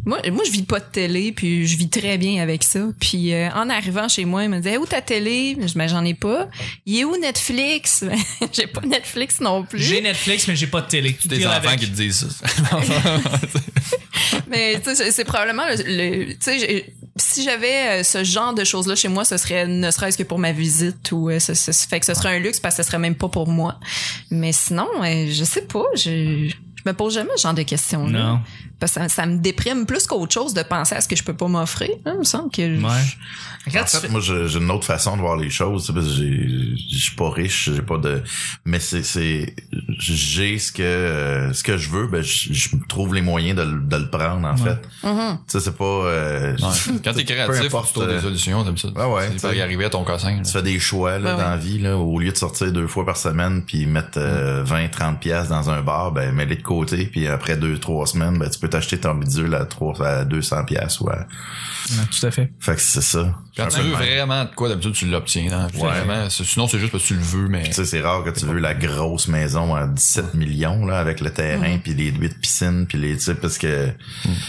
S2: moi, moi, je vis pas de télé, puis je vis très bien avec ça. Puis euh, en arrivant chez moi, il me disait, où ta télé? Je dis, ben, j'en ai pas. Il est où Netflix? <laughs> J'ai pas Netflix non plus.
S1: J'ai Netflix, mais j'ai pas de télé.
S4: Des
S1: Deal
S4: enfants
S1: avec.
S4: qui te disent
S3: <laughs>
S4: ça.
S2: Mais tu sais, c'est- c'est probablement le, le- tu sais, j'ai- si j'avais euh, ce genre de choses là chez moi, ce serait ne serait-ce que pour ma visite ou euh, ce, ce- ce- fait que ce serait un luxe parce que ce serait même pas pour moi. Mais sinon, euh, je sais pas, je je me pose jamais ce genre de questions là.
S1: Non.
S2: Parce que ça, ça me déprime plus qu'autre chose de penser à ce que je peux pas m'offrir. hein, il me semble que je-
S1: Quand
S3: En
S1: tu
S3: fait,
S1: fais-
S3: moi, je- j'ai une autre façon de voir les choses, tu sais, parce que j'ai- je suis pas riche, j'ai pas de, mais c'est, c'est, j'ai ce que, euh, ce que je veux, ben, je je trouve les moyens de, le- de le prendre, en fait.
S2: Mhm.
S3: Tu sais, c'est pas, euh,
S4: Ouais. Quand t'es
S3: Peu
S4: créatif,
S3: importe,
S4: tu trouves des
S3: euh,
S4: solutions comme ça.
S3: ouais, ouais,
S4: Tu
S3: tu
S4: peux
S3: sais.
S4: y arriver à ton cassin.
S3: tu fais des choix, là,
S2: Ben
S3: dans la vie, là, au lieu de sortir deux fois par semaine puis mettre euh, 20, 30 pièces dans un bar, ben, mets-les de côté puis après deux, trois semaines, ben, tu peux t'acheter ton bidule à trois, à 200 pièces, ouais.
S1: Ouais, Tout à fait.
S3: Fait que c'est ça.
S4: Quand tu
S3: Un peu
S4: veux
S3: de même.
S4: vraiment de quoi, d'habitude, tu l'obtiens. hein. Vraiment, c'est- Sinon, c'est juste parce que tu le veux, mais.
S3: Tu sais, c'est rare que tu veux la grosse maison à 17 millions, là, avec le terrain, puis les huit piscines, puis les, tu sais, parce que...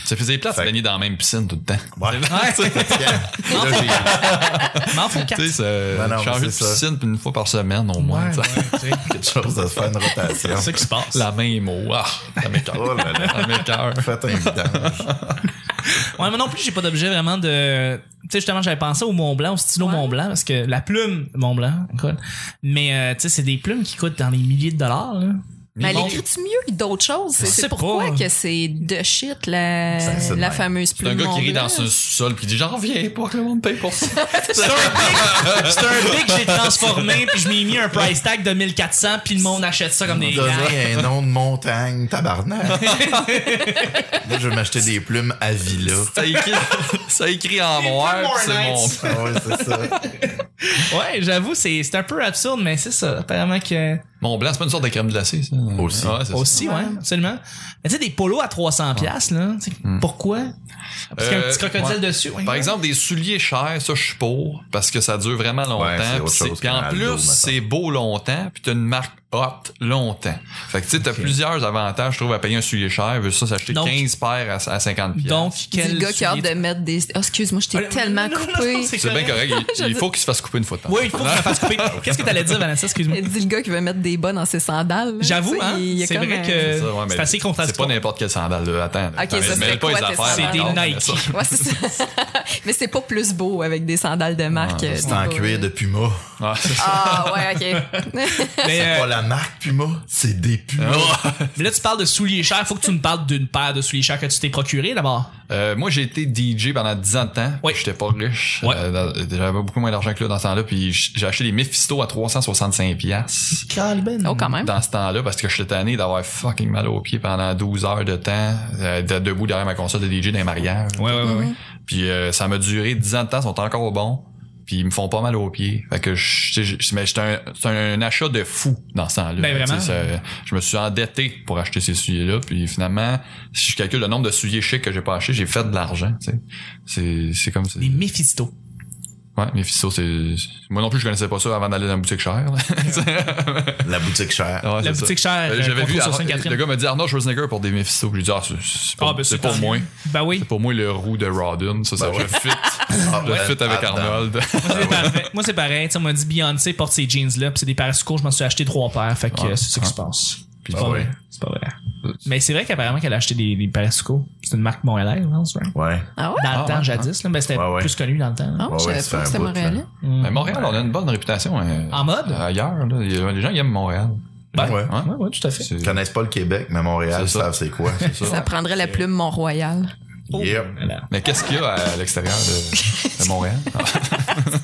S4: Ça faisait plate de
S3: Fait-
S4: baigner dans la même piscine tout
S3: <laughs>
S4: le temps.
S1: <laughs>
S3: Ouais. Là, j'ai-
S1: M'en faut quatre.
S4: Tu sais, ça-
S3: Ben non, mais
S4: changer de
S3: c'est ça.
S4: piscine puis une fois par semaine au moins.
S1: Ouais,
S4: tu sais.
S1: ouais,
S4: <laughs>
S1: tu sais.
S3: quelque chose de faire une rotation.
S1: C'est ça qui se passe.
S4: La même eau. Ah, ça m'écoeure.
S3: Oh là là,
S4: Ça m'écoeure.
S3: <laughs> faites un vidange.
S1: Ouais, moi non plus, j'ai pas d'objet vraiment de. Tu sais, justement, j'avais pensé au Mont Blanc, au stylo
S2: Ouais.
S1: Mont Blanc, parce que la plume Mont Blanc, cool. Mais euh, tu sais, c'est des plumes qui coûtent dans les milliers de dollars. Là.
S2: Mais elle
S4: Bon,
S2: écrit-tu mieux d'autres choses? C'est-
S1: Je sais
S2: C'est pourquoi
S1: pas.
S2: que c'est de shit la,
S3: Ça, c'est de
S2: la
S3: même.
S2: fameuse plume.
S4: C'est un gars qui rit
S2: Mont-Blanc.
S4: dans un sous-sol puis il dit J'en reviens pas que le monde paye pour ça.
S1: C'est un pic, c'est un pic que j'ai transformé, puis je m'ai mis un price tag de 1400, puis le monde achète ça comme des gars.
S3: Donner un nom de montagne, tabarnak. Là, je vais m'acheter des plumes à villa.
S4: <laughs> ça, écrit, ça écrit en
S1: Et
S4: noir,
S1: two more
S4: puis c'est mon.
S1: nights.
S3: Ah ouais, c'est ça.
S1: Ouais, j'avoue, c'est c'est un peu absurde, mais c'est ça. Apparemment que.
S4: Mon blanc, c'est pas une sorte de crème glacée, ça.
S3: Aussi.
S4: Ouais, c'est ça.
S1: Aussi, ouais, absolument. Mais tu sais, des polos à 300$, piastres, là. tu sais, Pourquoi? Parce qu'il y a un
S4: Hmm. Euh,
S1: petit crocodile
S4: ouais.
S1: dessus. ouais.
S4: Par exemple, des souliers chers, ça, je suis pour, parce que ça dure vraiment
S3: Ouais, c'est
S4: longtemps.
S3: autre
S4: puis c'est-
S3: chose
S4: Puis en
S3: qu'un
S4: plus,
S3: Aldo, mettons.
S4: c'est beau longtemps, puis t'as une marque hot longtemps. Fait que tu sais, t'as plusieurs avantages, je trouve, à payer un soulier cher. Veux ça, s'acheter
S1: Donc-
S4: 15 paires à, à 50 piastres.
S1: Donc,
S2: Dis
S1: quel.
S2: le gars qui a hâte
S1: soulier-
S2: de mettre des. Oh, excuse-moi, je t'ai
S1: Ah,
S2: tellement
S1: non, non, non,
S2: coupé.
S1: non,
S4: c'est bien correct. Il, il faut qu'il se fasse couper une fois de temps.
S1: Oui, il faut que je me fasse
S4: <laughs>
S1: couper. Qu'est-ce que t'allais dire, Vanessa? Excuse-moi.
S2: Dis le gars qui veut mettre des bas dans ses sandales. là.
S1: J'avoue,
S2: Tu sais,
S1: hein,
S2: il y a
S1: c'est
S2: comme
S1: vrai
S2: un-
S1: que-
S4: C'est ça, ouais,
S1: Euh, C'est
S4: mais
S1: assez
S4: C'est pas
S1: contradictoire.
S4: n'importe quel sandale. là. Attends. attends,
S2: ça,
S4: mais
S2: c'est
S4: mêle pas
S2: quoi,
S4: les
S2: tes
S4: affaires.
S1: C'est des
S4: attends, mais
S1: Nike.
S4: ça-
S2: Ouais, c'est ça. <laughs> Mais c'est pas plus beau avec des sandales de marque. euh,
S3: C'est
S2: pas-
S3: en cuir de Puma.
S4: Ah,
S1: <laughs>
S4: c'est ça.
S2: Ah, ouais, ok.
S3: <laughs>
S1: Mais,
S3: C'est
S1: euh,
S3: pas la marque Puma, c'est des Pumas.
S4: Ah
S1: mais là, tu parles de souliers chers. Faut que tu me parles d'une paire de souliers chers que tu t'es procuré d'abord.
S4: Euh, moi, j'ai été DJ pendant 10 ans de temps.
S1: Oui.
S4: J'étais pas riche.
S1: Ouais.
S4: Euh, dans- J'avais beaucoup moins d'argent que là dans ce temps-là. Puis j- j'ai acheté des Mephisto à 365 piastres
S1: Calben.
S2: Oh, quand même.
S4: dans ce temps-là parce que j'étais tanné d'avoir fucking mal aux pieds pendant 12 heures de temps euh, de- debout derrière ma console de DJ d'un mariage.
S1: Ouais, ouais, ouais.
S2: Mm-hmm.
S1: ouais.
S4: Puis euh, ça m'a duré 10 ans de temps. Ils sont encore au bon. Puis ils me font pas mal aux pieds. Fait que je- je- je- mais j'étais un- c'est un, achat de fou dans ce temps-là.
S1: Ben, vraiment.
S4: Tu sais, ça- je me suis endetté pour acheter ces souliers-là. Puis finalement, si je calcule le nombre de souliers chics que j'ai pas acheté, j'ai fait de l'argent. tu sais. C'est c'est comme ça.
S1: Des Mephisto.
S4: Ouais, mes fissos, c'est. Moi non plus, je connaissais pas ça avant d'aller dans la boutique chère. là.
S3: La boutique chère.
S1: <laughs> La
S4: Ouais, c'est ça.
S1: boutique chère.
S4: Euh, J'avais vu
S1: sur
S4: Arno-
S1: Sainte-Catherine.
S4: le gars m'a dit Arnold Schwarzenegger pour des Mephisto. Puis J'ai dit ah c'est- c'est
S1: Ah,
S4: pour,
S1: ben,
S4: c'est pour
S1: tant
S4: moi.
S1: mieux. Ben oui.
S4: C'est pour moi le roux de Rodin. Ça, ça
S3: Ben
S4: je
S3: ouais.
S4: fit.
S1: <laughs>
S3: Ah,
S4: Je
S3: ben,
S4: fit avec
S3: attends.
S4: <laughs> Arnold.
S1: Moi, c'est pareil. Moi, c'est pareil. Tu sais, on m'a dit Beyoncé porte ses jeans là, puis c'est des paires courts. Je m'en suis acheté trois paires. Fait que
S4: Ah.
S1: euh, c'est ça qui se passe.
S4: Puis-
S1: C'est
S3: Ah
S1: pas
S3: ouais.
S1: vrai. C'est pas vrai. Mais c'est vrai qu'apparemment qu'elle a acheté des, des Parasco. C'est une marque Montréal, non, c'est vrai?
S3: Ouais.
S2: Ah ouais?
S1: Dans
S4: Ah
S1: le temps,
S4: ouais,
S1: jadis, là. Ben, c'était
S3: Ouais, ouais.
S1: plus connu dans le temps. là.
S2: Ah,
S3: Ouais,
S2: je savais
S3: ouais, ça fait
S2: pas
S3: un
S2: que c'était
S3: bout,
S2: montréalais.
S3: là.
S1: Mm.
S4: Mais Montréal, on a une bonne réputation. hein.
S1: En mode?
S4: Ailleurs, là. Les gens, ils aiment Montréal.
S1: Ben,
S3: Ouais.
S4: Hein?
S1: ouais, ouais, tout à fait.
S4: C'est-
S3: Ils connaissent pas le Québec, mais Montréal, ils
S4: C'est ça.
S3: savent c'est quoi.
S4: c'est
S2: Ça
S4: ça.
S2: prendrait la plume Mont-Royal.
S1: Oh.
S3: <laughs> Yeah.
S1: Voilà.
S4: Mais qu'est-ce qu'il y a à l'extérieur
S1: <laughs>
S4: de, de Montréal? Ah,
S3: I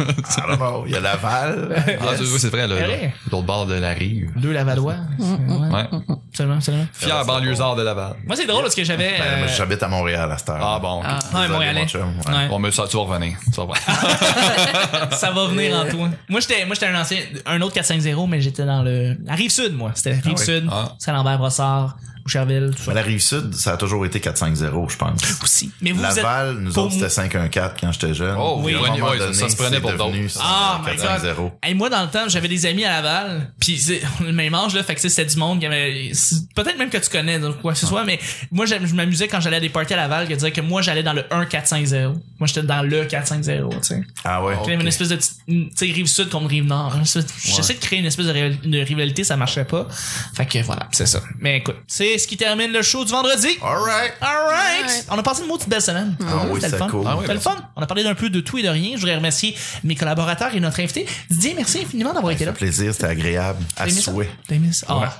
S3: don't know. Ah, Il y a Laval.
S4: ah, c'est- oui, c'est vrai, là,
S1: Vrai.
S4: l'autre bord de la rive.
S1: Deux Lavadois. Ouais.
S4: Ouais.
S1: Absolument, absolument.
S4: Fier banlieusard de Laval.
S1: Moi, c'est drôle parce que j'avais.
S3: Ben,
S1: euh,
S3: moi, J'habite à Montréal à cette heure.
S4: Ah bon, ok.
S2: Ah.
S1: ouais,
S3: Désolé,
S1: Montréalais.
S3: mon chum, ouais.
S1: Ouais.
S4: On me ça, tu vas revenir. Ça va. <laughs>
S1: Ça va venir en toi. Moi, j'étais, moi, j'étais un ancien, un autre 450, mais j'étais dans le, la rive sud, moi. C'était rive sud,
S4: Ah.
S1: Saint-Lambert, Brossard, Boucherville, tout ça.
S3: Mais la rive sud, ça a toujours été 4-5-0, je pense.
S1: Aussi. Mais vous, vous êtes.
S3: Laval, nous
S1: pour
S3: autres, c'était 5-1-4 quand j'étais jeune.
S4: Oh,
S1: oui,
S3: Puis à un
S4: ouais,
S3: moment
S4: ouais,
S3: donné,
S4: ça se prenait
S3: c'est
S4: pour
S3: devenu, euh,
S4: d'autres.
S3: ça,
S1: Ah, my
S3: 4-5-0.
S1: God. Hey, moi, dans le temps, j'avais des amis à Laval, puis c'est- <laughs> on a le même âge, là, fait que tu sais, c'était du monde, qui avait- c'est- peut-être même que tu connais, donc quoi que ce
S3: Ah.
S1: soit, mais moi, j'aime- je m'amusais quand j'allais à des parties à Laval, que de dire que moi, j'allais dans le 1-4-5-0. Moi, j'étais dans le 4-5-0, tu sais.
S3: Ah ouais.
S1: Puis il y avait une espèce de petite- une- tu sais rive sud contre rive nord. hein. Ça, J'essaie de créer une espèce de, rival- de rivalité, ça marchait pas. Fait que voilà, c'est ça. Mais écoute, c'est ce qui termine le show du vendredi.
S3: Alright.
S1: Ah, Alright!
S2: Alright.
S1: On a passé une maudite belle semaine.
S3: Ah oui,
S1: C'était le
S3: c'est
S1: fun.
S3: cool.
S4: Ah oui,
S1: C'était le fun. On a parlé d'un peu de tout et de rien. Je voudrais remercier mes collaborateurs et notre invité. Didier, merci infiniment d'avoir été
S3: Ça
S1: là.
S3: fait plaisir, c'était agréable. À
S1: T'as aimé ça?
S3: souhait.
S1: T'as aimé ça? Ah.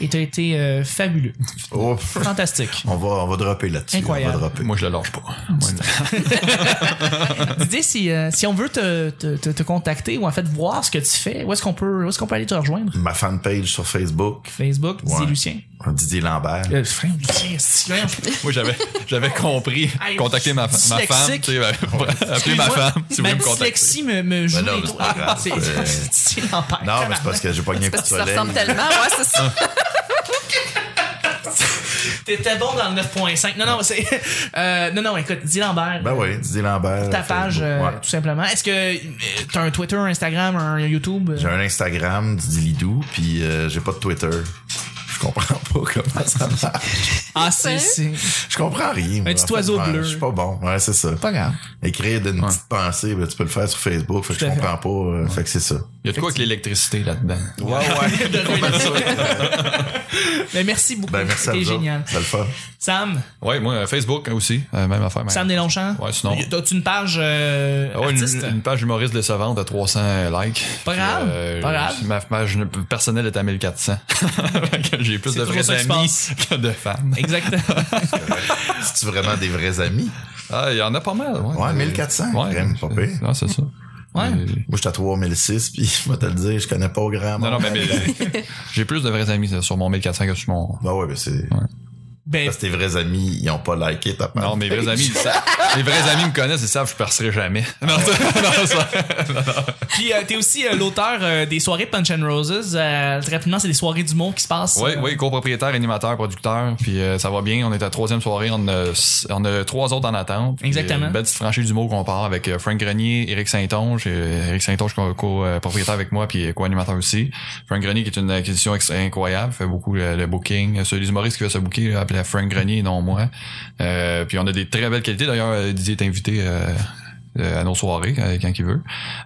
S1: et t'as été euh, fabuleux.
S3: Oh, pff, <laughs>
S1: Fantastique.
S3: on va, on va dropper là-dessus.
S1: Incroyable.
S3: On va dropper.
S4: Moi, je le lâche pas. Moi,
S1: Didier, si, euh, si on veut te, te, te, te contacter ou en fait voir ce que tu fais, où est-ce qu'on peut, où est-ce qu'on peut aller te rejoindre?
S3: Ma fanpage sur Facebook,
S1: Facebook, Didier
S3: Ouais.
S1: Lucien.
S3: Didier Lambert.
S1: Euh, frère, Lucien, si,
S3: <laughs>
S1: voyons.
S4: <laughs> Moi, j'avais, j'avais compris.
S1: Hey,
S4: Contacter ma, ma
S1: dyslexique.
S4: femme. tu sais, ben, Appeler ma
S1: Excuse-moi,
S4: femme si vous
S1: ma
S4: voulez me contacter.
S1: dyslexie me, me joue
S3: Ben non,
S1: les
S3: mais c'est
S1: tours.
S3: pas grave,
S1: C'est-
S3: c'est-
S1: c'est- c'est l'enfer.
S3: Non, mais c'est parce que j'ai pas gagné coup de
S2: Parce que ça
S3: soleil. Ah.
S2: ressemble tellement, ouais, c'est
S3: <laughs>
S2: ça.
S1: T'étais bon dans le 9.5. Non, non, c'est. euh, non, non, écoute, dis Lambert.
S3: Ben oui, Didier Lambert.
S1: ta page,
S3: Facebook,
S1: euh,
S3: ouais.
S1: tout simplement. Est-ce que euh, t'as un Twitter, un Instagram, un YouTube? euh?
S3: J'ai un Instagram, Didier Lidou, puis euh, j'ai pas de Twitter. Je comprends pas comment ça marche.
S1: Ah, c'est. c'est-
S3: Je comprends rien. moi.
S1: petit
S3: En fait,
S1: oiseau
S3: ouais,
S1: bleu.
S3: Je suis pas bon. Ouais, c'est ça.
S1: Pas
S3: <laughs>
S1: grave.
S3: Écrire d'une petite pensée, ben, tu peux le faire sur Facebook. Fait que
S1: Tout
S3: je
S1: à fait.
S3: comprends pas. euh, Fait que c'est ça.
S4: Il y a de quoi avec l'électricité là-dedans?
S3: Ouais,
S1: <laughs>
S3: ouais.
S1: Mais merci beaucoup.
S3: ben, merci à
S1: C'était
S3: vous.
S1: génial.
S3: autres. C'est le fun.
S1: Sam,
S4: Ouais, moi, euh, Facebook aussi, euh, même affaire. même-
S1: Sam
S3: Ben,
S1: Deslongchamps.
S4: Ouais, sinon.
S1: T'as-tu une page euh,
S4: Ah
S3: Oh,
S4: Ouais,
S1: artiste?
S4: une, une page humoriste décevante à 300 likes.
S1: Pas
S4: Puis, euh,
S1: grave, pas grave.
S4: Ma page personnelle est à <laughs> 1400. Fait que J'ai plus
S1: C'est
S4: de
S1: toujours
S4: vrais
S1: ça qui se
S4: amis
S1: passe.
S4: <laughs> que de femmes.
S3: <laughs>
S1: Exactement.
S3: C'est-tu vraiment des vrais amis?
S4: Ah, il y en a pas mal. Ouais,
S3: Ouais, 1400, quand même, pas pire.
S4: Non, c'est ça.
S1: Ouais.
S4: Euh,
S3: Moi, j'étais à 3006, puis je vais te le dire, je connais pas grand monde.
S4: Non, non, mais, <laughs> mais- j'ai plus de vrais amis sur mon 1400 que sur mon.
S3: Ben ouais, ben c'est...
S1: ben,
S3: Parce que tes vrais amis, ils ont pas liké ta page.
S4: Non, mes vrais amis, ils savent. Mes vrais amis me connaissent, ils savent que je percerai jamais. <laughs> Non, ça- non, ça-
S1: puis euh, t'es aussi euh, l'auteur euh, des soirées Punch and Roses. Euh, très rapidement, c'est des soirées du monde qui se passent.
S4: Oui,
S1: euh,
S4: oui, copropriétaire, animateur, producteur, puis euh, ça va bien. On est à la troisième soirée, on a, s- on a trois autres en attente. Puis,
S1: Exactement.
S4: euh, Une belle petite franchise du mot qu'on part avec euh, Frank Grenier, Eric Saint-Onge, euh, Eric Saint-Onge co- co-propriétaire avec moi, puis co-animateur aussi. Frank Grenier qui est une acquisition ex- incroyable, fait beaucoup le, le booking. Euh, Celui des humoristes qui veut se booker, là, appelez Frank Grenier, et non moi. Euh, puis on a des très belles qualités. D'ailleurs, euh, Didier est invité. euh, euh, à nos soirées euh, quand il veut.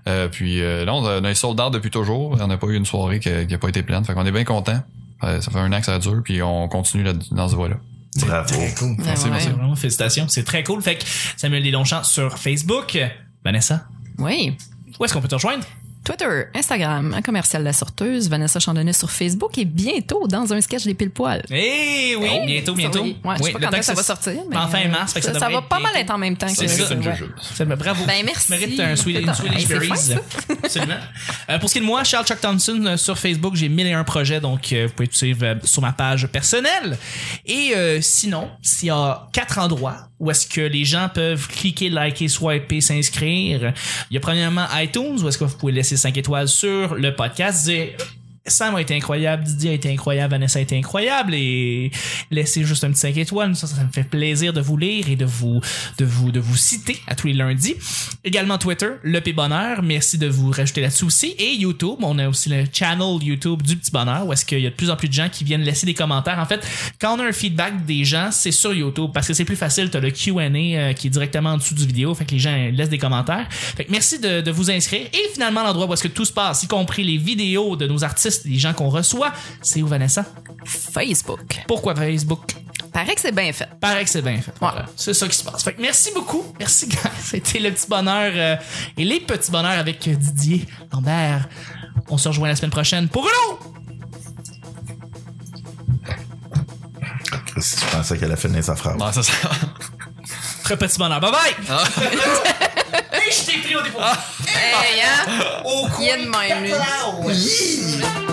S4: Euh, puis euh, là, on a, on a un sold out depuis toujours. On n'a pas eu une soirée qui n'a pas été pleine. Fait qu'on est bien content. Euh, ça fait un an que ça dure, puis on continue là- dans ce voie-là.
S3: Bravo.
S4: Merci,
S2: Ouais.
S4: merci.
S1: Vraiment, félicitations. C'est très cool. Fait que Samuel Deslongchamps sur Facebook. Vanessa,
S2: Oui.
S1: où est-ce qu'on peut te rejoindre?
S2: Twitter, Instagram, un commercial La Sorteuse, Vanessa Chandonnet sur Facebook et bientôt dans un sketch des pile poil.
S1: Eh oui,
S2: Hey,
S1: bientôt,
S2: Oh, ça
S1: bientôt.
S2: va- Ouais, je sais pas
S1: le
S2: quand
S1: temps
S2: est-ce que ça
S1: que
S2: va sortir. mais,
S1: en fin
S2: euh,
S1: mars, fait que ça
S2: ça,
S1: devrait
S2: va
S1: être
S2: pas mal être
S1: bientôt.
S2: en même temps que
S1: C'est ça,
S2: ça.
S1: une
S2: ouais.
S1: Ça me- Bravo.
S2: Ben, merci.
S1: Tu mérites un Sweet-
S2: Putain,
S1: une Swedish
S2: hey, c'est
S1: Berries.
S2: fin,
S1: <laughs> Absolument. Euh, pour ce qui est de moi, Charles Chuck Thompson euh, sur Facebook, j'ai 1001 projets, donc euh, vous pouvez me suivre euh, sur ma page personnelle. Et euh, sinon, s'il y a quatre endroits où est-ce que les gens peuvent cliquer, liker, swiper, s'inscrire, il y a premièrement iTunes, où est-ce que vous pouvez laisser 5 étoiles sur le podcast. Dire, Sam a été incroyable, Didier a été incroyable, Vanessa a été incroyable et laissez juste un petit 5 étoiles. Ça, ça me fait plaisir de vous lire et de vous, de vous, de vous citer à tous les lundis. Également Twitter, le P Bonheur. Merci de vous rajouter là-dessus aussi. Et YouTube, on a aussi le channel YouTube du Petit Bonheur où est-ce qu'il y a de plus en plus de gens qui viennent laisser des commentaires. En fait, quand on a un feedback des gens, c'est sur YouTube parce que c'est plus facile. T'as le Q&A euh, qui est directement en dessous du vidéo. Fait que les gens euh, laissent des commentaires. Fait que merci de, de vous inscrire. Et finalement, l'endroit où est-ce que tout se passe, y compris les vidéos de nos artistes, les gens qu'on reçoit, c'est où Vanessa?
S2: Facebook.
S1: Pourquoi Facebook?
S2: Paraît que c'est bien fait.
S1: Paraît que c'est bien fait.
S2: Ouais.
S1: Voilà. C'est ça qui se passe. Fait que merci beaucoup. Merci, gars. <laughs> C'était le petit bonheur euh, et les petits bonheurs avec euh, Didier Lambert. On se rejoint la semaine prochaine pour une autre!
S3: Si tu pensais qu'elle a fini sa phrase.
S4: Non, Ah, ça, ça-
S1: Très petit bonheur. Bye bye! Et je t'ai pris au dépôt.
S2: Hey, hein?
S1: Au
S2: Il y a de même, lui.
S1: cacao.